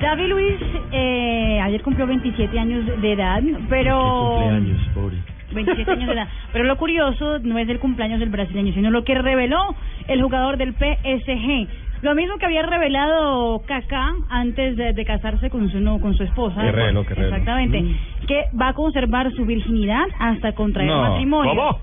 David Luis eh, ayer cumplió 27 años de edad, pero... Cumpleaños, pobre. 27 años de edad. Pero lo curioso no es el cumpleaños del brasileño, sino lo que reveló el jugador del PSG. Lo mismo que había revelado Kaká antes de, de casarse con su no, con su esposa. Qué reveló, qué reveló. Mm. Exactamente. Que va a conservar su virginidad hasta contraer No. matrimonio. ¿Cómo?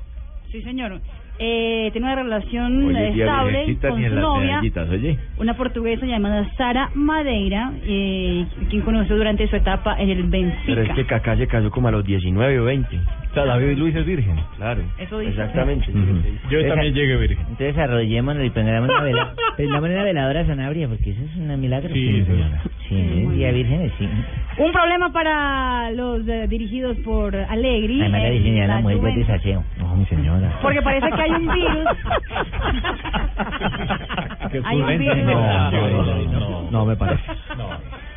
Sí, señor. Eh, tiene una relación Oye, tía, estable virgencita, con ni su en las novia medallitas, oye. una portuguesa llamada Sara Madeira, eh, quien conoció durante su etapa en el Pero es Benfica. que Kaká se casó como a los 19 o 20. O sea, David Luis es virgen. Claro. Eso dice. Exactamente. Yo también llegué virgen. Entonces arrollémonos y pongamos una, vela, pongamos una veladora sanabria, porque eso es una milagro. Sí, señora. Sí, día virgen, sí. Un problema para los eh, dirigidos por Alegri. Además, la eh, virgen era la la mujer del Juventus. desaseo. No, mi señora. Porque parece que hay un virus. Qué hay un ocurrente. virus. No, no, no, no, no, no me parece.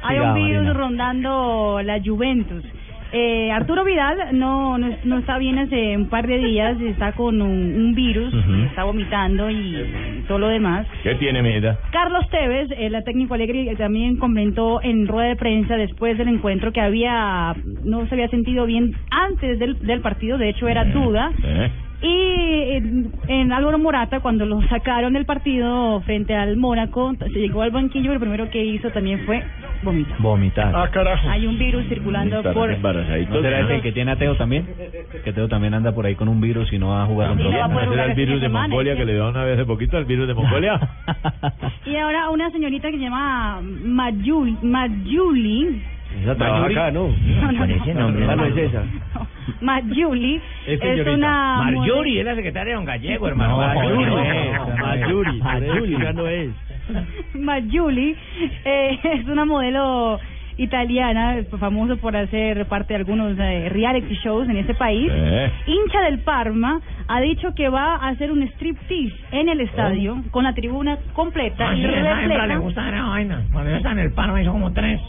Hay Siga, un virus Marina. rondando la Juventus. Eh, Arturo Vidal no, no es- no está bien hace un par de días, está con un, un virus, Ujú. está vomitando y todo lo demás. ¿Qué tiene, Meda? Carlos Tevez, el técnico alegre, eh, también comentó en rueda de prensa después del encuentro que había no se había sentido bien antes del, del partido, de hecho era duda. ¿Eh? Y en, en Álvaro Morata, cuando lo sacaron del partido frente al Mónaco, se llegó al banquillo y lo primero que hizo también fue vomitar. Vomitar. Ah, Hay un virus circulando por... ¿No será ese que tiene a Teo también? Que Teo también anda por ahí con un virus y no va a jugar Y no va a poder ¿No será jugar el este fin de virus de semana, Mongolia ¿sí? que le dio una vez hace poquito, el virus de Mongolia? Y ahora una señorita que se llama Mayuli, Mayuli Esa trabaja acá, ¿no? No, no, Con ese no. nombre, Ah, no. no es esa. Mayuli Es es, señorita. una... Marjorie es la secretaria de Don Gallego, hermano. Mayuri. Mayuri. Marjorie. Mayuri. Ya no es. Mayuli eh, es una modelo italiana, eh, famoso por hacer parte de algunos eh, reality shows en ese país. Eh. Hincha del Parma ha dicho que va a hacer un striptease en el estadio Oh. con la tribuna completa y repleta le gusta esa vaina. Cuando yo estaba en el paro me hizo como tres.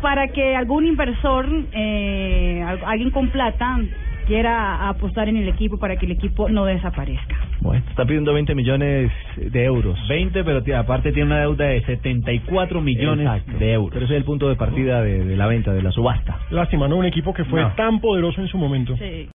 para que algún inversor, eh, al- alguien con plata, quiera apostar en el equipo para que el equipo no desaparezca. Bueno, está pidiendo 20 millones de euros. 20, pero tía, aparte tiene una deuda de 74 millones de euros. Pero ese es el punto de partida de, de la venta, de la subasta. Lástima, ¿no? Un equipo que fue No. tan poderoso en su momento. Sí.